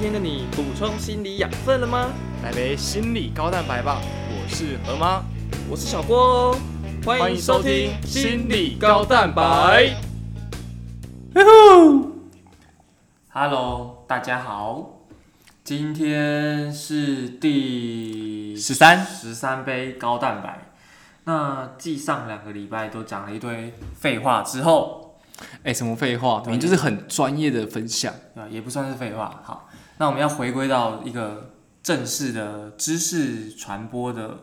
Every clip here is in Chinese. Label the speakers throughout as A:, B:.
A: 天的你补充心理养分了吗？
B: 来杯心理高蛋白吧！我是何妈，
A: 我是小郭哦，欢迎收听《心理高蛋白》。
C: Hello，大家好，今天是第
B: 十三
C: 十三杯高蛋白。那继上两个礼拜都讲了一堆废话之后，
B: 哎，什么废话，明明就是很专业的分享。
C: 对吧啊也不算是废话。好，那我们要回归到一个正式的知识传播的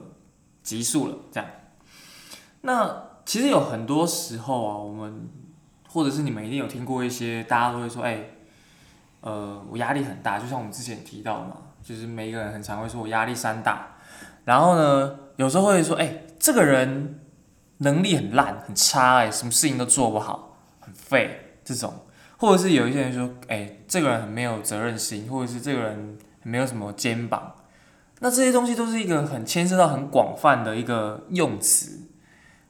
C: 集数了。这样，那其实有很多时候啊，我们或者是你们一定有听过一些，大家都会说，哎、呃，我压力很大，就像我们之前提到的嘛，就是每一个人很常会说我压力山大，然后呢，有时候会说，哎、这个人能力很烂，很差、哎，什么事情都做不好，很废这种，或者是有一些人说，哎、这个人很没有责任心，或者是这个人很没有什么肩膀，那这些东西都是一个很牵涉到很广泛的一个用词。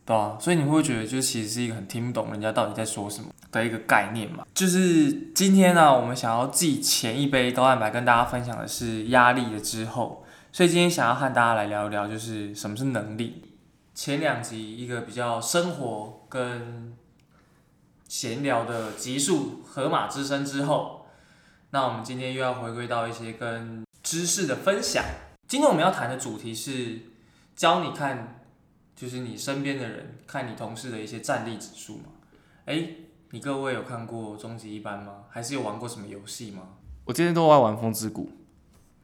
C: 对啊，所以你会觉得就是其实是一个很听不懂人家到底在说什么的一个概念嘛。就是今天呢、我们想要继前一杯高蛋白跟大家分享的是压力的之后，所以今天想要和大家来聊一聊，就是什么是能力。前两集一个比较生活跟闲聊的集数《河马之声》之后，那我们今天又要回归到一些跟知识的分享。今天我们要谈的主题是教你看就是你身边的人，看你同事的一些战力指数嘛。哎、你各位有看过《终极一班》吗？还是有玩过什么游戏吗？
B: 我今天都爱玩《风之谷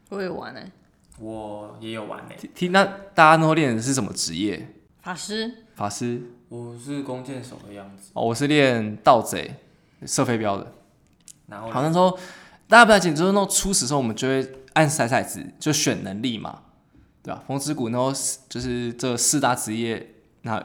D: 我也玩呢、欸
C: 我也有玩诶、》
B: 听。听那大家都练的是什么职业？
D: 法师
B: 法师
C: 我是弓箭手的样子，
B: 哦，我是练盗贼、射飞镖的。
C: 然后
B: 好像说，大家不要紧，就是那种初始的时候，我们就会按骰骰子就选能力嘛，对吧、风之谷，然后四就是这四大职业，那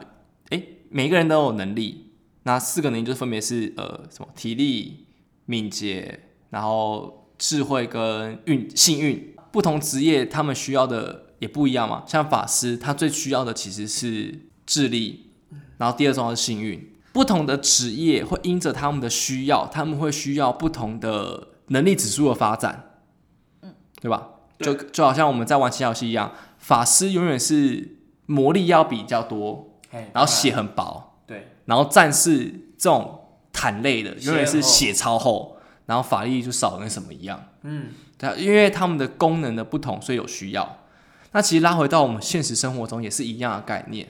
B: 诶，每个人都有能力，那四个能力就分别是呃什么体力、敏捷，然后智慧跟运幸运。不同职业他们需要的也不一样嘛，像法师他最需要的其实是智力，然后第二重要是幸运。不同的职业会因着他们的需要，他们会需要不同的能力指数的发展，嗯，对吧？就就好像我们在玩其他游戏一样，法师永远是魔力要比较多，
C: 嘿，
B: 然后血很薄，
C: 对，
B: 然后战士这种坦类的永远
C: 血
B: 是
C: 很厚
B: 血超厚，然后法力就少跟什么一样。
C: 嗯，
B: 对啊，因为他们的功能的不同，所以有需要。那其实拉回到我们现实生活中也是一样的概念。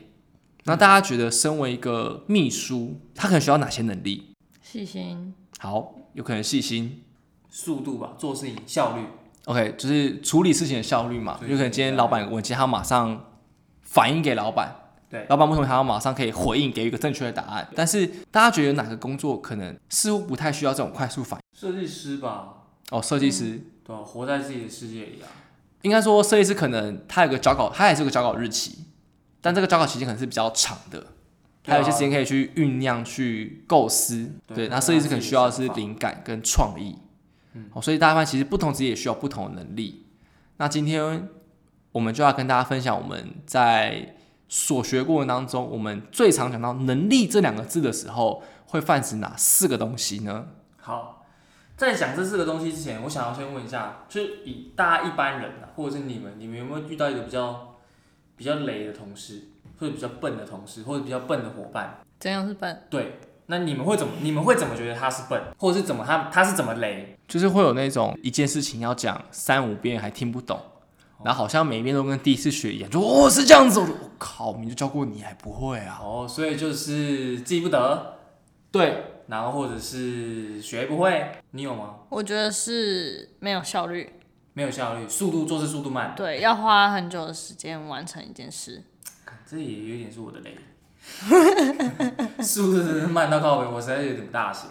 B: 那大家觉得，身为一个秘书，他可能需要哪些能力？
D: 细心，
B: 好，有可能细心
C: 速度吧，做事情效率，
B: ，OK，就是处理事情的效率嘛。
C: 对啊
B: 有可能今天老板有个问题，他马上反映给老板，
C: 对，
B: 老板不同意，他要马上可以回应，给予一个正确的答案。但是大家觉得有哪个工作可能似乎不太需要这种快速反
C: 设计师吧，
B: 应？哦，设计师，
C: 对啊、活在自己的世界里啊，
B: 应该说设计师可能他有个交稿，他也是有个交稿日期，但这个交稿期间可能是比较长的，
C: 对啊
B: 还有一些时间可以去酝酿、去构思。
C: 对
B: 对，
C: 他
B: 那设计师可能需要的是灵感跟创意。哦，所以大家发现其实不同职业也需要不同的能力。那今天我们就要跟大家分享我们在所学过程当中，我们最常讲到“能力”这两个字的时候，会泛指哪四个东西呢？
C: 好，在讲这四个东西之前，我想要先问一下，就是以大家一般人啊，或者是你们，你们有没有遇到一个比较比较雷的同事，或者比较笨的同事，或者比较笨的伙伴？
D: 怎样是笨？
C: 对，那你们会怎么？你们会怎么觉得他是笨，或者是怎么他他是怎么雷？
B: 就是会有那种一件事情要讲三五遍还听不懂，然后好像每一遍都跟第一次学一样，就哦是这样子，我就我、靠，我明就教过你还不会啊？
C: 哦，所以就是记不得，
B: 对，
C: 然后或者是学不会，你有吗？
D: 我觉得是没有效率，
C: 没有效率，速度做事速度慢，
D: 对，要花很久的时间完成一件事。
C: 这也有点是我的雷， 速度真的是慢到靠北，我实在是有点不大行。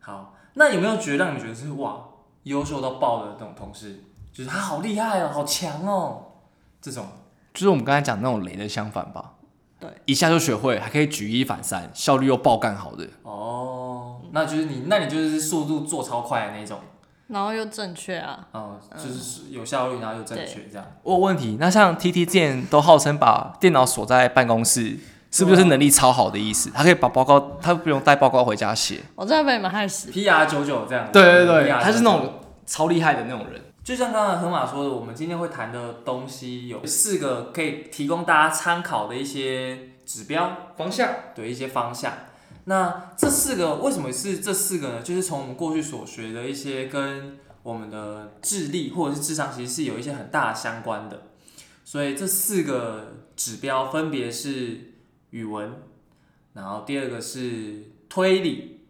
C: 好，那有没有觉得让你觉得是哇优秀到爆的那种同事？就是他好厉害哦，好强哦，这种
B: 就是我们刚才讲那种雷的相反吧。
D: 对，
B: 一下就学会，还可以举一反三，效率又爆干好的。
C: 哦，那就是你，那你就是速度做超快的那种，
D: 然后又正确啊，
C: 哦、
B: 嗯
C: 就是有效率，然后又正确这样。
B: 我有问题，那像 T T 之前都号称把电脑锁在办公室，是不是就是能力超好的意思？他可以把报告，他不用带报告回家写。
D: 我真的被你们害死。
C: P R 九九这样。
B: 对对对，
C: PR
B: 他是那种超厉害的那种人。
C: 就像刚才河马说的，我们今天会谈的东西有四个可以提供大家参考的一些指标，
B: 方向
C: 对一些方向。那这四个为什么是这四个呢？就是从我们过去所学的一些跟我们的智力或者是智商其实是有一些很大的相关的。所以这四个指标分别是语文，然后第二个是推理，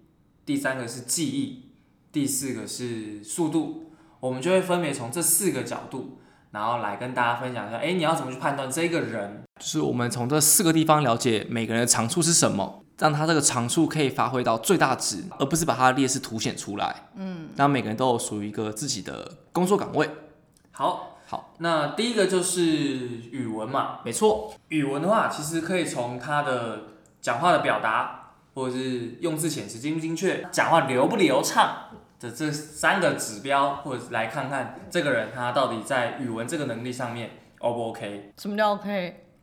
C: 第三个是记忆，第四个是速度。我们就会分别从这四个角度，然后来跟大家分享一下，哎，你要怎么去判断这个人
B: 就是我们从这四个地方了解每个人的长处是什么，让他这个长处可以发挥到最大值，而不是把他的劣势凸显出来。嗯，让每个人都有属于一个自己的工作岗位。
C: 好，
B: 好，
C: 那第一个就是语文嘛。
B: 没错，
C: 语文的话，其实可以从他的讲话的表达，或者是用字遣词精不精确，讲话流不流畅的这三个指标，或者来看看这个人他到底在语文这个能力上面 O 不 OK？OK、
D: 什么叫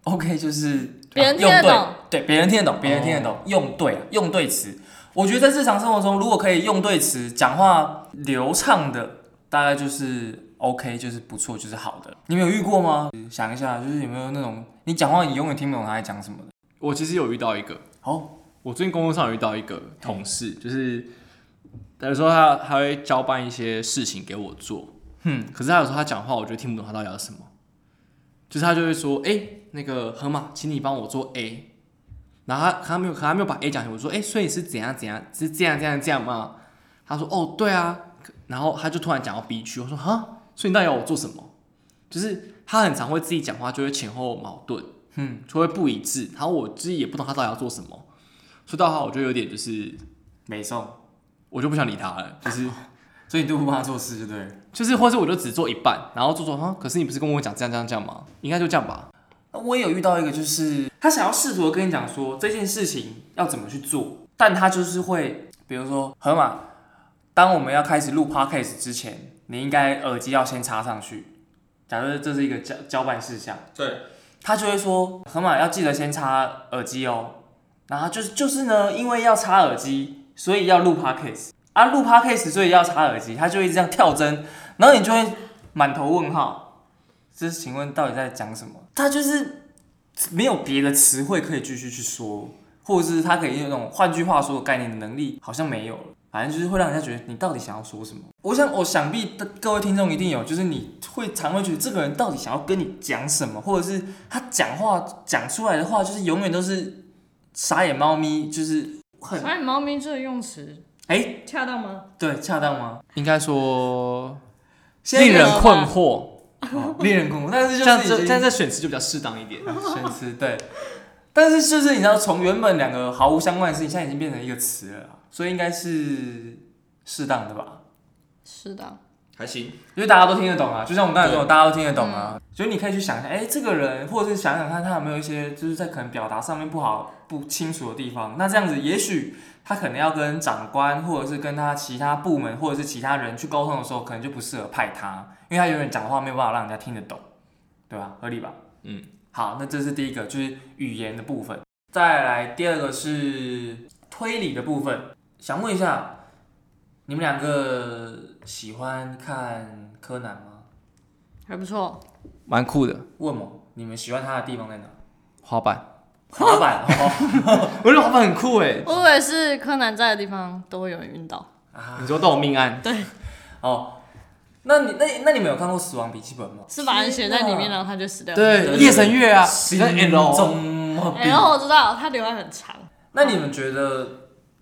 D: OK？
C: 就是啊
D: 别人听
C: 用
D: 得
C: 对
D: 懂，
C: 对，别人听得懂，别人听得懂，用对啊用对词。我觉得在日常生活中，如果可以用对词，讲话流畅的，大概就是 OK，就是不错，就是好的。你们有遇过吗？想一下，就是有没有那种你讲话你永远听不懂他在讲什么的？
B: 我其实有遇到一个，
C: 哦，
B: 我最近工作上有遇到一个同事，就是有时候他他会交办一些事情给我做，
C: 嗯，
B: 可是他有时候他讲话，我就听不懂他到底要什么，就是他就会说，哎、那个河马，请你帮我做 A，然后他他没有，可他没有把 A 讲清楚，我说，哎、所以你是怎样怎样，是这样这样这样吗？他说，哦，对啊，然后他就突然讲到 B 区，我说，哈，所以你到底要我做什么？就是他很常会自己讲话就会前后矛盾，嗯，就会不一致，然后我自己也不懂他到底要做什么，所以到后来我就有点就是，
C: 没送，
B: 我就不想理他了，就是。
C: 所以你都不帮他做事就对了。
B: 就是，或是我就只做一半，然后
C: 啊
B: 做做哈，可是你不是跟我讲这样这样这样吗？应该就这样吧。
C: 那啊我也有遇到一个，就是他想要试图的跟你讲说这件事情要怎么去做，但他就是会，比如说河马，当我们要开始录 podcast 之前，你应该耳机要先插上去。假设这是一个交交办事项，
A: 对，
C: 他就会说河马要记得先插耳机哦。然后就是就是呢，因为要插耳机，所以要录 podcast 啊，录 podcast 所以要插耳机，他就一直这样跳针，然后你就会满头问号，这是请问到底在讲什么？他就是没有别的词汇可以继续去说，或者是他可以用那种换句话说的概念的能力好像没有了。反正就是会让人家觉得你到底想要说什么。我想，我想必的各位听众一定有，就是你会常会觉得这个人到底想要跟你讲什么，或者是他讲话讲出来的话，就是永远都是傻眼猫咪，就是很
D: 所以猫咪这个用词
C: 哎、
D: 恰当吗？
C: 对，恰当 吗？
B: 应该说
C: 现在
B: 令
D: 有
B: 人
D: 吧
B: 困惑，
C: 哦令人困惑，但是
B: 这
C: 就
B: 样
C: 是已
B: 这
C: 经
B: 但这选词就比较适当一点。
C: 生吃， 对。但是就是你知道，从原本两个毫无相关的事情，现在已经变成一个词了啦，所以应该是适当的吧？
D: 是的，
A: 还行。
C: 因为大家都听得懂啊，就像我们刚才说的，大家都听得懂啊，所以你可以去想一下，哎、这个人，或者是想想看他有没有一些就是在可能表达上面不好、不清楚的地方。那这样子，也许他可能要跟长官，或者是跟他其他部门，或者是其他人去沟通的时候，可能就不适合派他，因为他永远讲话没有办法让人家听得懂，对吧？合理吧？
B: 嗯，
C: 好，那这是第一个，就是语言的部分。再来第二个是推理的部分，想问一下，你们两个喜欢看柯南吗？
D: 还不错。
B: 蛮酷的
C: 问我，你们喜欢他的地方在哪？
B: 滑板，
C: 滑 板哦，
B: 我觉得滑板很酷哎。
D: 我以为是柯南在的地方都会有人晕倒。
B: 你说都有命案，
C: 哦，那你那那你们有看过《死亡笔记本》吗？
D: 是把人写在里面，
C: 了。
D: 然后他就死掉了。
B: 对夜神月啊，
C: 心
B: 你看 L
C: 中毛病
D: 哎，然后我知道他刘海很长，
C: 那你们觉得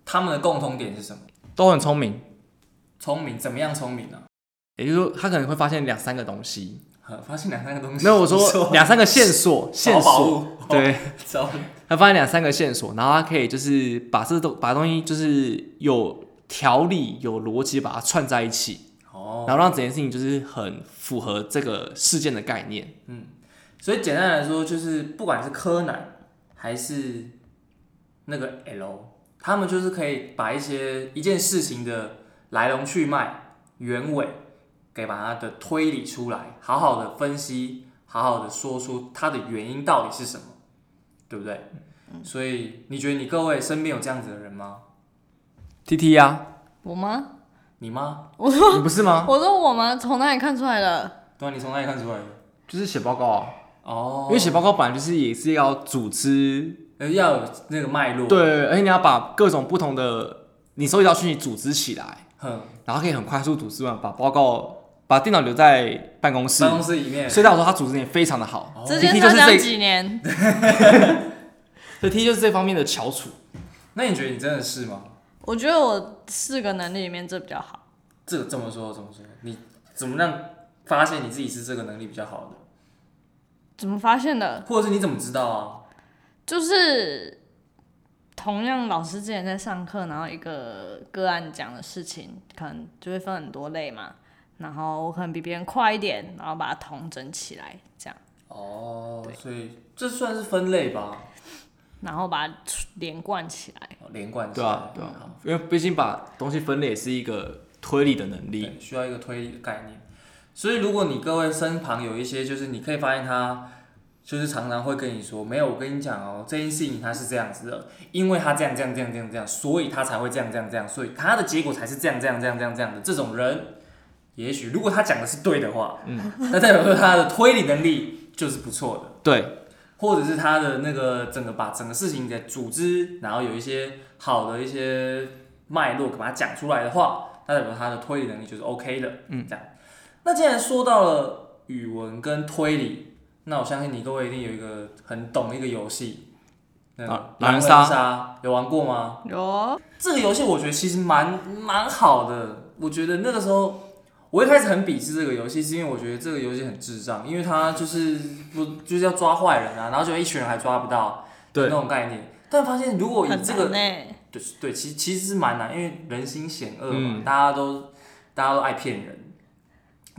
C: 他们的共通点是什么？
B: 都很聪明，
C: 聪明，怎么样聪明呢、
B: 也就是说他可能会发现两三个东西。
C: 啊？发现两三个东西。
B: 没有 我
C: 你
B: 说两三个线索，线
C: 小宝
B: 索
C: 物，
B: 对。
C: 找
B: 他发现两三个线索，然后他可以就是把这东把东西就是有条理、有逻辑把它串在一起，
C: 哦，
B: 然后让整件事情就是很符合这个事件的概念。
C: 所以简单来说，就是不管是柯南还是那个 L，他们就是可以把一些一件事情的来龙去脉、原委，给把它的推理出来，好好的分析，好好的说出它的原因到底是什么，对不对？所以你觉得你各位身边有这样子的人吗？
B: T T 呀，
D: 我吗？
C: 你吗？
B: 你不是吗？
D: 我说我吗？从哪里看出来的？
C: 对啊，你从哪里看出来的？
B: 就是写报告啊，
C: 哦，
B: 因为写报告本来就是也是要组织，
C: 呃要有那个脉络，，
B: 对，而且你要把各种不同的你收集到讯息组织起来，
C: 哼，
B: 然后可以很快速组织完，把报告把电脑留在办公室哦
C: 办，公室里面，
B: 所以到时候他组织也非常的好。
D: 这
B: T
D: 件
B: T
D: 他
B: 就是
D: 讲
B: 这，
D: 几年？
B: 所以 T 就是这方面的翘楚。
C: 那你觉得你真的是吗？
D: 我觉得我四个能力里面这比较好。
C: 这这么说，这么说，你怎么让发现你自己是这个能力比较好的，
D: 怎么发现的？
C: 或者是你怎么知道啊？
D: 就是同样老师之前在上课，然后一个个案讲的事情，可能就会分很多类嘛。然后我可能比别人快一点，然后把它统整起来，这样，
C: 哦，所以这算是分类吧，
D: 然后把它连贯起来。
C: 哦连贯起
B: 对
C: 来
B: 啊，对
C: 好
B: 啊，因为毕竟把东西分类也是一个推理的能力。
C: 对，需要一个推理的概念。所以，如果你各位身旁有一些，就是你可以发现他，就是常常会跟你说，没有，我跟你讲哦，这件事情他是这样子的，因为他这样这样这样这样这样，所以他才会这样这样这样，所以他的结果才是这样这样这样这样这样的。这种人，也许如果他讲的是对的话，嗯，那代表说他的推理能力就是不错的，
B: 对，
C: 或者是他的那个整个把整个事情给组织，然后有一些好的一些脉络，把它讲出来的话，那代表他的推理能力就是 OK 的，嗯，这样。那既然说到了语文跟推理，那我相信你各位一定有一个很懂一个游戏，那个
B: 啊
C: 狼
B: 狼
C: 人
B: 人
C: 杀
B: 杀
C: 有玩过吗？
D: 有哦
C: 这个游戏我觉得其实蛮蛮好的，我觉得那个时候我一开始很鄙视这个游戏，是因为我觉得这个游戏很智障，因为它就是不就是要抓坏人啊，然后就一群人还抓不到，
B: 对
C: 那种概念。但发现如果以
D: 很
C: 这个
D: 难欸
C: 对对，其其实是蛮难，因为人心险恶嘛，
B: 嗯
C: 大家都大家都爱骗人，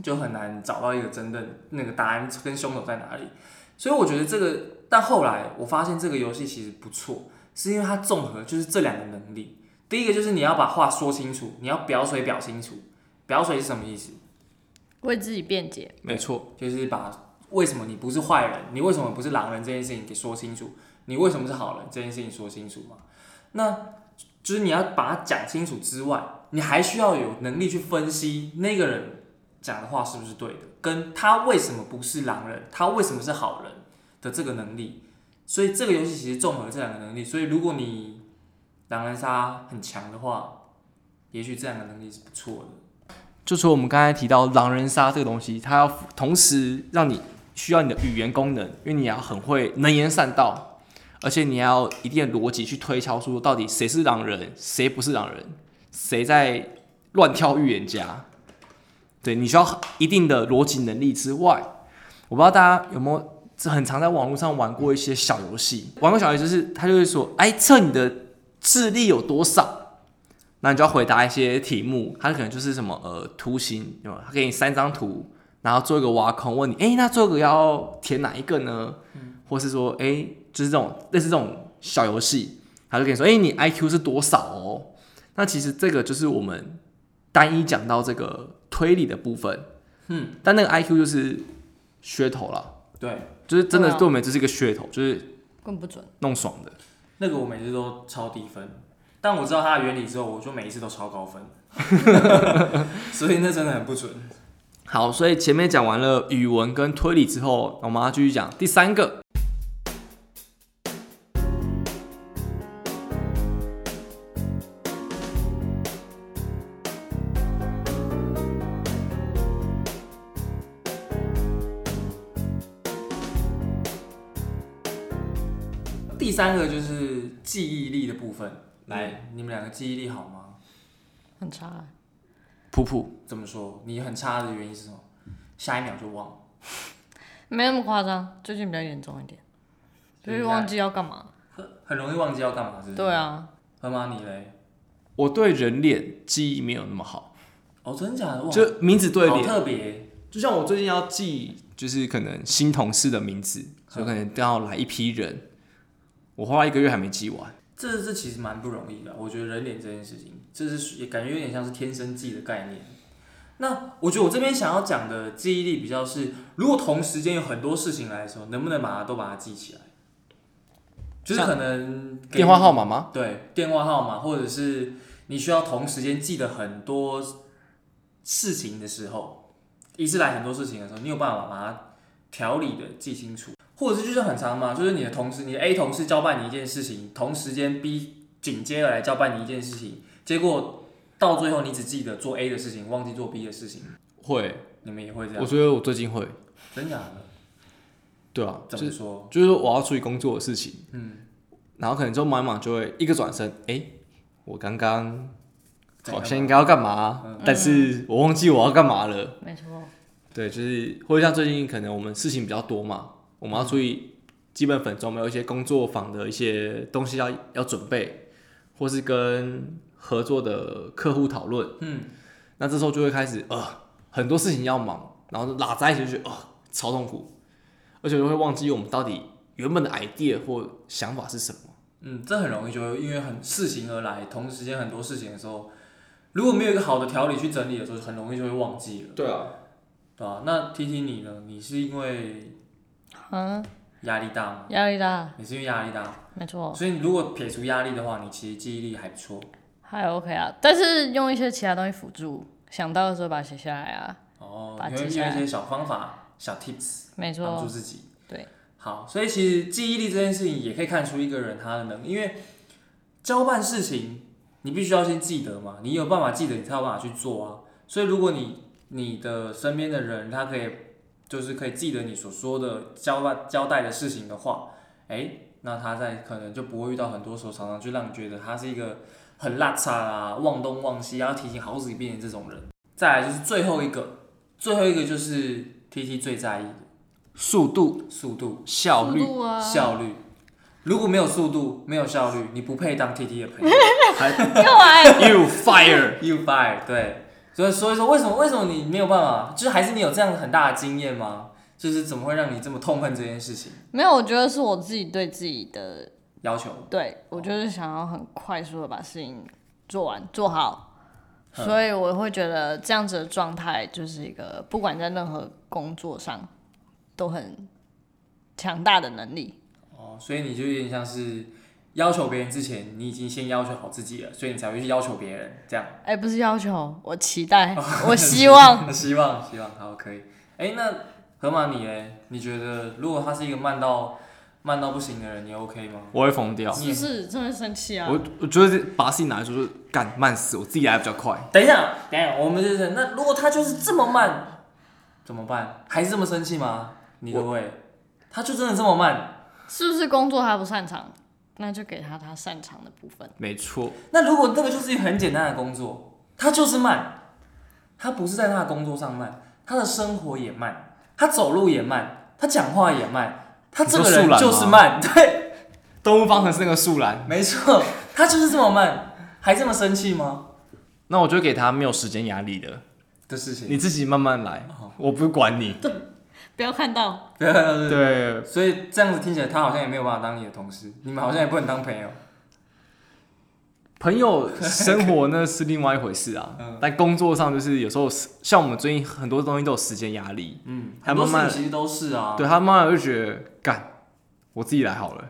C: 就很难找到一个真的那个答案跟凶手在哪里。所以我觉得这个，但后来我发现这个游戏其实不错，是因为它综合就是这两个能力。第一个就是你要把话说清楚，你要表水表清楚。表水是什么意思？
D: 为自己辩解。
B: 没错，
C: 就是把为什么你不是坏人，你为什么不是狼人这件事情给说清楚，你为什么是好人这件事情说清楚嘛。那就是你要把它讲清楚之外，你还需要有能力去分析那个人讲的话是不是对的，跟他为什么不是狼人，他为什么是好人的这个能力。所以这个游戏其实综合这两个能力，所以如果你狼人杀很强的话，也许这两个能力是不错的。
B: 就除了我们刚才提到狼人杀这个东西，它要同时让你需要你的语言功能，因为你要很会能言善道，而且你要有一定的逻辑去推敲出到底谁是狼人，谁不是狼人，谁在乱跳预言家。对你需要一定的逻辑能力之外，我不知道大家有没有这很常在网络上玩过一些小游戏，玩过小游戏就是他就会说，哎，测你的智力有多少。那你就要回答一些题目，它可能就是什么呃图形，有没有它给你三张图，然后做一个挖空，问你，哎、那做个要填哪一个呢？或是说，哎、就是这种类似这种小游戏，它就跟你说，哎、你 IQ 是多少哦？那其实这个就是我们单一讲到这个推理的部分，
C: 嗯，
B: 但那个 IQ 就是噱头啦，
C: 对，
B: 就是真的
D: 对啊
B: 对我们就是一个噱头，就是
D: 更不准，
B: 弄爽的。
C: 那个我每次都超低分，但我知道它的原理之后，我就每一次都超高分， 所以那真的很不准。
B: 好，所以前面讲完了语文跟推理之后，我们要继续讲第三个。
C: 第三个就是记忆力的部分，来，
B: 嗯
C: 你们两个记忆力好吗？
D: 很差欸。
B: 普普，
C: 怎么说？你很差的原因是什么？下一秒就忘了，
D: 没那么夸张，最近比较严重一点，就是忘记要干嘛。
C: 很很容易忘记要干嘛，是不是？
D: 对。啊，
C: 河马你嘞？
B: 我对人脸记忆没有那么好，
C: 哦，真假的？哇，
B: 就名字对
C: 好
B: 脸，
C: 特别。
B: 就像我最近要记，就是可能新同事的名字，所以可能都要来一批人，我花一个月还没记完。
C: 这这其实蛮不容易的，啊我觉得人脸这件事情，这是也感觉有点像是天生记的概念。那我觉得我这边想要讲的记忆力比较是，如果同时间有很多事情来的时候，能不能把它都把它记起来？就是可能给
B: 电话号码吗？
C: 对电话号码，或者是你需要同时间记得很多事情的时候，一次来很多事情的时候，你有办法把它条理的记清楚，或者是就是很长嘛，就是你的同事，你的 A 同事交办你一件事情，同时间 B 紧接着来交办你一件事情，结果到最后你只记得做 A 的事情，忘记做 B 的事情，
B: 会，
C: 你们也会这
B: 我
C: 样？
B: 觉得我最近会，
C: 真假的？
B: 对啊，就
C: 怎么
B: 是
C: 说？
B: 就是说我要处理工作的事情，
C: 嗯，
B: 然后可能就忙一忙就会一个转身，哎、我刚刚
C: 怎样
B: 好像应该要干嗯嘛，但是我忘记我要干嘛了。
D: 没错，
B: 对，就是或者像最近可能我们事情比较多嘛，我们要注意基本粉中没有一些工作坊的一些东西要要准备，或是跟合作的客户讨论。
C: 嗯，
B: 那这时候就会开始呃很多事情要忙，然后就拉在一起就觉得呃超痛苦，而且就会忘记我们到底原本的 idea 或想法是什么。
C: 嗯，这很容易就会因为很事情而来，同时间很多事情的时候，如果没有一个好的条理去整理的时候，很容易就会忘记了，
B: 对啊，
C: 对吧、那 T T 你呢？你是因为
D: 嗯，
C: 压力大吗？
D: 压力大，
C: 你是因为压力大，
D: 没错，
C: 所以你如果撇除压力的话，你其实记忆力还不错。
D: 还 OK 啊。但是用一些其他东西辅助，想到的时候把它写下来啊。
C: 哦，
D: 把它
C: 你会用一
D: 记下来
C: 些小方法、小 tips
D: 没
C: 帮助
D: 错，
C: 自己。
D: 对，
C: 好，所以其实记忆力这件事情也可以看出一个人他的能力，因为交办事情你必须要先记得嘛，你有办法记得，你才有办法去做啊。所以如果你你的身边的人他可以就是可以记得你所说的交办交代的事情的话，哎、那他在可能就不会遇到很多时候常常就让你觉得他是一个很邋遢啊、忘东忘西啊、要提醒好几遍的这种人。再来就是最后一个，最后一个就是 T T 最在意的
B: 速度、
C: 速度。
B: 效率，
D: 度啊，
C: 效率。如果没有速度，没有效率，你不配当 TT 的 朋友。
B: 还
D: 又来
B: you fire。
C: You buy 对，所以所以说为什么为什么你没有办法？就是还是你有这样很大的经验吗？就是怎么会让你这么痛恨这件事情？
D: 没有，我觉得是我自己对自己的，
C: 要求
D: 对我就是想要很快速的把事情做完做好，所以我会觉得这样子的状态就是一个不管在任何工作上都很强大的能力。
C: 哦，所以你就有点像是要求别人之前，你已经先要求好自己了，所以你才会去要求别人这样。
D: 哎、不是要求，我期待，我希望，
C: 希望希望好可以。哎、那河马你嘞？你觉得如果他是一个慢到慢到不行的人，你 OK 吗？
B: 我会疯掉。
D: 是不是真的生气啊？
B: 我我觉得把事情拿来说，就是干慢死，我自己来比较快。
C: 等一下，等一下，我们就是那如果他就是这么慢，怎么办？还是这么生气吗？你各位，他就真的这么慢？
D: 是不是工作他不擅长？那就给他他擅长的部分。
B: 没错，
C: 那如果那个就是一个很简单的工作，他就是慢，他不是在他的工作上慢，他的生活也慢，他走路也慢，他讲话也慢，他这个人
B: 你说
C: 就
B: 树
C: 是
B: 懒
C: 慢，对，
B: 动物方程式那个树懒，
C: 没错，他就是这么慢，还这么生气吗？
B: 那我就给他没有时间压力的，
C: 的事情，
B: 你自己慢慢来，我不管你。
D: 不要看到，
C: 对对
B: 嗯
C: 对
B: 对，
C: 所以这样子听起来，他好像也没有办法当你的同事，你们好像也不能当朋友。
B: 朋友生活那是另外一回事啊， 但工作上就是有时候是像我们最近很多东西都有时间压力，
C: 嗯，
B: 还
C: 很多
B: 慢
C: 事
B: 慢
C: 情其实都是啊。
B: 对他妈的就觉得干，我自己来好了。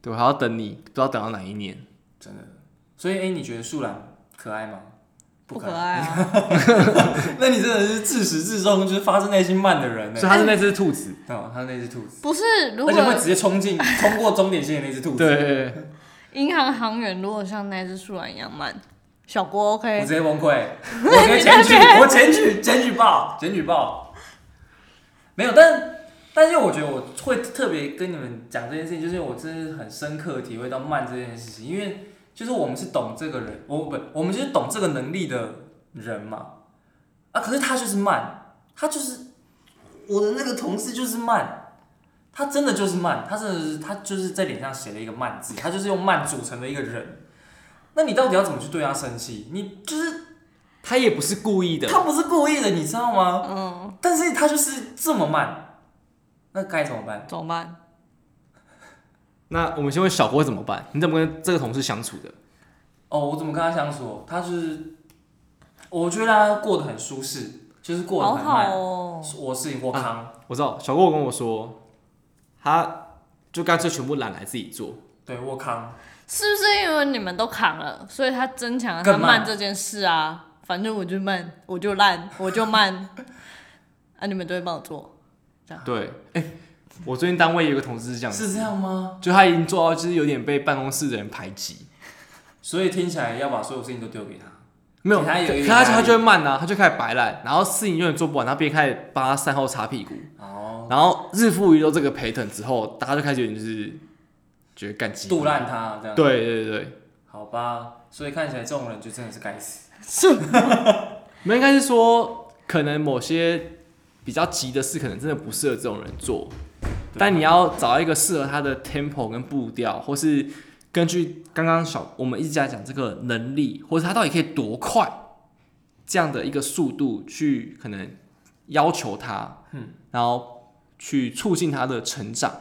B: 对，还要等你，不知道等到哪一年。
C: 真的。所以，哎、你觉得树懒可爱吗？
D: 不可。爱啊！
C: 那你真的是自始至终就是发自内心慢的人呢欸
B: 所以。他是那只兔子，
C: 哦，他那只兔子，
D: 不是，哎如
C: 而且会
D: 果
C: 直接冲进、冲过终点线的那只兔子。，
B: 对，
D: 银行行员如果像那只树懒一样慢，小郭
C: 我
D: OK，
C: 直接崩溃，我直接检举，我检举，检举报，检举报。没有，但但是我觉得我会特别跟你们讲这件事情，就是我真的很深刻地体会到慢这件事情，因为就是我们是懂这个人，我不，我们就是懂这个能力的人嘛。啊，可是他就是慢，他就是我的那个同事就是慢。他真的就是慢，他真的是他就是在脸上写了一个慢字，他就是用慢组成的一个人。那你到底要怎么去对他生气？你就是
B: 他也不是故意的，
C: 他不是故意的，你知道吗？
D: 嗯，
C: 但是他就是这么慢，那该怎么办？
D: 怎么办？
B: 那我们先问小郭怎么办？你怎么跟这个同事相处的？
C: 哦，我怎么跟他相处？他就是，我觉得他过得很舒适，就是过得
D: 好
C: 很
D: 好
C: 慢。
D: 哦，
C: 我是我康，
B: 我知道小郭有跟我说，他就干脆全部揽来自己做。
C: 对我康，
D: 是不是因为你们都扛了，所以他增强了他
C: 更慢
D: 慢这件事啊？反正我就慢，我就烂，我就慢， 啊，你们都会帮我做。
B: 对，哎、我最近单位有一个同事是这样子，
C: 是这样吗？
B: 就他已经做到就是有点被办公室的人排挤，
C: 所以听起来要把所有事情都丢给他。
B: 没有，
C: 给
B: 可
C: 他有一
B: 可
C: 个
B: 他
C: 压力
B: 他就会慢啊，他就开始摆烂，然后事情永远做不完，然后别人开始帮他善后擦屁股，
C: 哦，
B: 然后日复一日都这个陪疼之后，大家就开始有点就是觉得干鸡
C: 杜烂他这样。，
B: 对对对对，
C: 好吧，所以看起来这种人就真的是该死。
B: 没有应该是说可能某些比较急的事，可能真的不适合这种人做，但你要找一个适合他的 tempo 跟步调，或是根据刚刚小我们一直在讲这个能力，或者他到底可以多快这样的一个速度去可能要求他，嗯，然后去促进他的成长。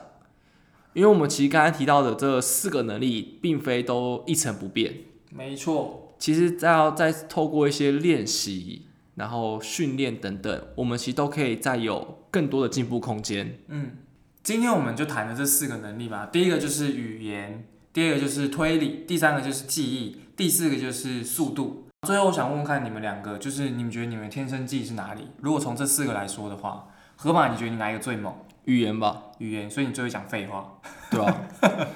B: 因为我们其实刚才提到的这四个能力，并非都一成不变，
C: 没错，
B: 其实再要再透过一些练习，然后训练等等，我们其实都可以再有更多的进步空间。
C: 今天我们就谈了这四个能力吧。第一个就是语言，第二个就是推理，第三个就是记忆，第四个就是速度。最后，我想问问看你们两个，就是你们觉得你们天生记忆是哪里？如果从这四个来说的话，河马，你觉得你哪一个最猛？
B: 语言吧，
C: 语言，所以你最会讲废话，
B: 对啊吧、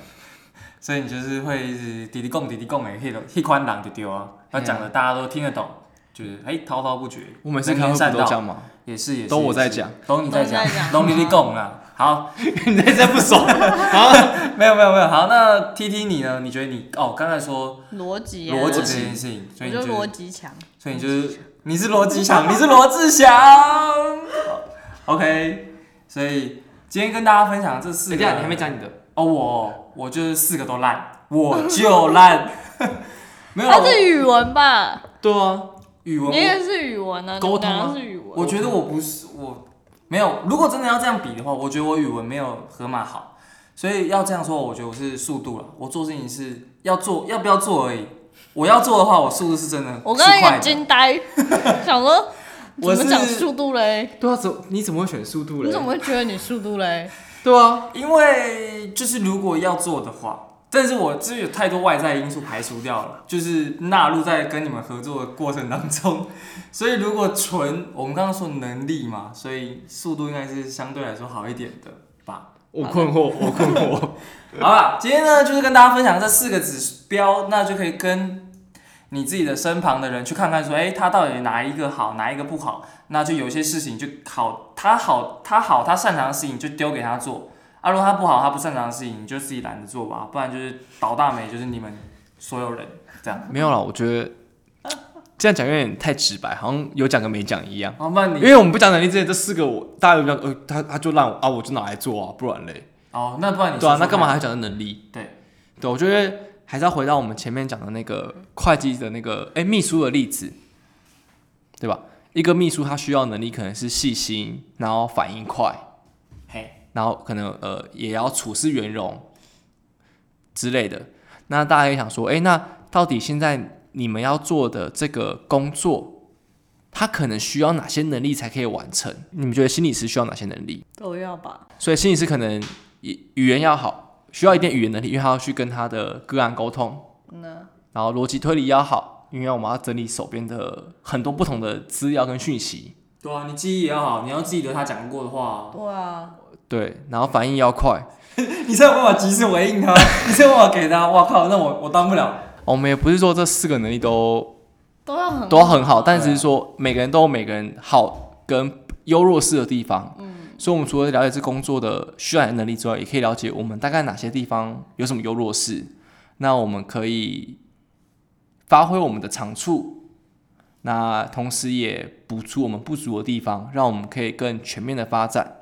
C: 所以你就是会一直嘀嘀共嘀嘀共诶，迄种迄款人就丢啊，要讲的大家都听得懂，就是哎滔滔不绝。
B: 我每次
C: 能
B: 开
C: 言
B: 会
C: 善
B: 不都
C: 道
B: 这样 吗？
C: 也是也是，
B: 都我在
C: 也是
B: 讲，
C: 都你在讲
D: 都你在，讲
C: 都你在讲啦。好，
B: 你在这不 爽？
C: 没有没有没有，好，那 T T 你呢？你觉得你哦，刚才说
D: 逻辑、啊，
C: 逻辑这件事情，所
D: 我
C: 以你
D: 就
C: 就
D: 逻
C: 是，
D: 辑强。
C: 所以你就是你是罗志祥，你是罗志祥。好，OK，所以今天跟大家分享这四
B: 等一
C: 个，
B: 下，你还没讲你的，
C: 哦，我我就是四个都烂，我就烂， 没有
D: 他是语文吧？
B: 对啊，
C: 语文
D: 你
C: 我，
D: 也是语文啊？
C: 沟通啊
D: 你们两个是语文。
C: 我觉得我不是我没有，如果真的要这样比的话，我觉得我语文没有河马好，所以要这样说，我觉得我是速度了，我做事情是要做要不要做而已。我要做的话，我速度是真的是快的。
D: 我刚刚眼 睛呆，想说怎
C: 我
D: 么
C: 是
D: 讲速度嘞？
B: 对啊，怎你怎么会选速度嘞？
D: 你怎么会觉得你速度嘞？
B: 对啊，
C: 因为就是如果要做的话，但是我这有太多外在因素排除掉了，就是纳入在跟你们合作的过程当中。 所以如果纯我们刚刚说能力嘛，所以速度应该是相对来说好一点的吧。
B: 我困惑，我困 惑。
C: 好啦，今天呢就是跟大家分享这四个指标，那就可以跟你自己的身旁的人去看看说，哎、他到底哪一个好，哪一个不好。那就有些事情就好，他好，他好，他擅长的事情就丢给他做。啊，如果他不好，他不擅长的事情，你就自己懒得做吧，不然就是倒大霉，就是你们所有人这样。
B: 没有啦，我觉得这样讲有点太直白，好像有讲跟没讲一样。
C: 好，不然
B: 因
C: 你
B: 为我们不讲能力之前，这四个我大家都比较呃，他他就让我啊，我就拿来做啊，不然嘞。
C: 哦，那不然你
B: 对啊
C: 说，说
B: 那干嘛
C: 看？
B: 还讲的能力？
C: 对，
B: 对，啊我觉得还是要回到我们前面讲的那个会计的那个哎、秘书的例子，对吧？一个秘书他需要能力可能是细心，然后反应快，
C: 嘿，
B: 然后可能呃也要处事圆融之类的。那大家也想说，哎、那到底现在你们要做的这个工作，它可能需要哪些能力才可以完成？你们觉得心理师需要哪些能力？
D: 都要吧？
B: 所以心理师可能语语言要好，需要一定语言能力，因为他要去跟他的个案沟通，
D: 那
B: 然后逻辑推理要好，因为我们要整理手边的很多不同的资料跟讯息，
C: 对啊，你记忆也要好，你要记得他讲过的话。哦
D: 对啊，
B: 对，然后反应要快。
C: 你才有办法及时回应他， 你才有办法给他。哇靠，那我我当不了。
B: 我们也不是说这四个能力都
D: 都要很
B: 都很好，但只是说每个人都有每个人好跟优弱势的地方。所以我们除了了解这工作的需要的能力之外，也可以了解我们大概哪些地方有什么优弱势，那我们可以发挥我们的长处，那同时也补足我们不足的地方，让我们可以更全面的发展。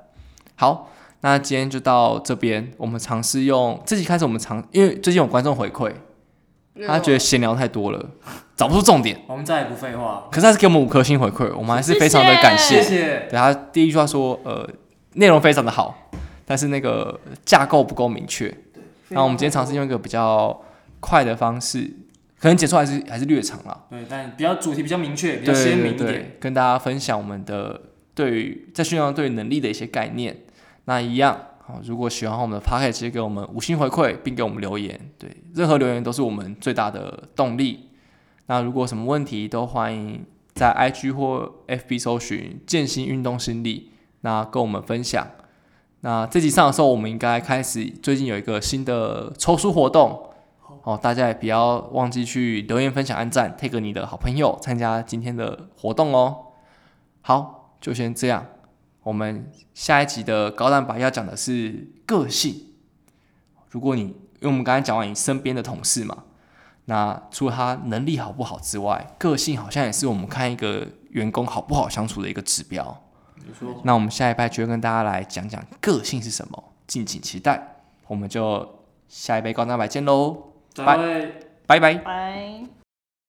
B: 好。那今天就到这边，我们尝试用这集开始，我们尝，因为最近有观众回馈，
D: 哦
B: 他觉得闲聊太多了，找不出重点，
C: 我们再也不废话。
B: 可是他是给我们五颗星回馈，我们还是非常的感
D: 谢
B: 谢。
C: 谢谢。
B: 对他第一句话说，呃，内容非常的好，但是那个架构不够明确。那我们今天尝试用一个比较快的方式，可能解说还是还是略长啦，
C: 对，但比较主题比较明确，比较
B: 对
C: 鲜
B: 对
C: 明一点。
B: 对，跟大家分享我们的对于在训练上对于能力的一些概念。那一样，好，如果喜欢我们的 p o c a s t 直接给我们五星回馈，并给我们留言。对，任何留言都是我们最大的动力。那如果有什么问题，都欢迎在 IG 或 FB 搜寻“健心运动心理”，那跟我们分享。那这集上的时候，我们应该开始最近有一个新的抽书活动哦，大家也不要忘记去留言分享、按赞，take 你的好朋友参加今天的活动哦。好，就先这样，我们下一集的高蛋白要讲的是个性。如果你因为我们刚才讲完你身边的同事嘛，那除了他能力好不好之外，个性好像也是我们看一个员工好不好相处的一个指标。
C: 你说
B: 那我们下一拜就会跟大家来讲讲个性是什么，敬请期待。我们就下一杯高蛋白见喽，
C: 在
B: 拜拜。
D: 拜。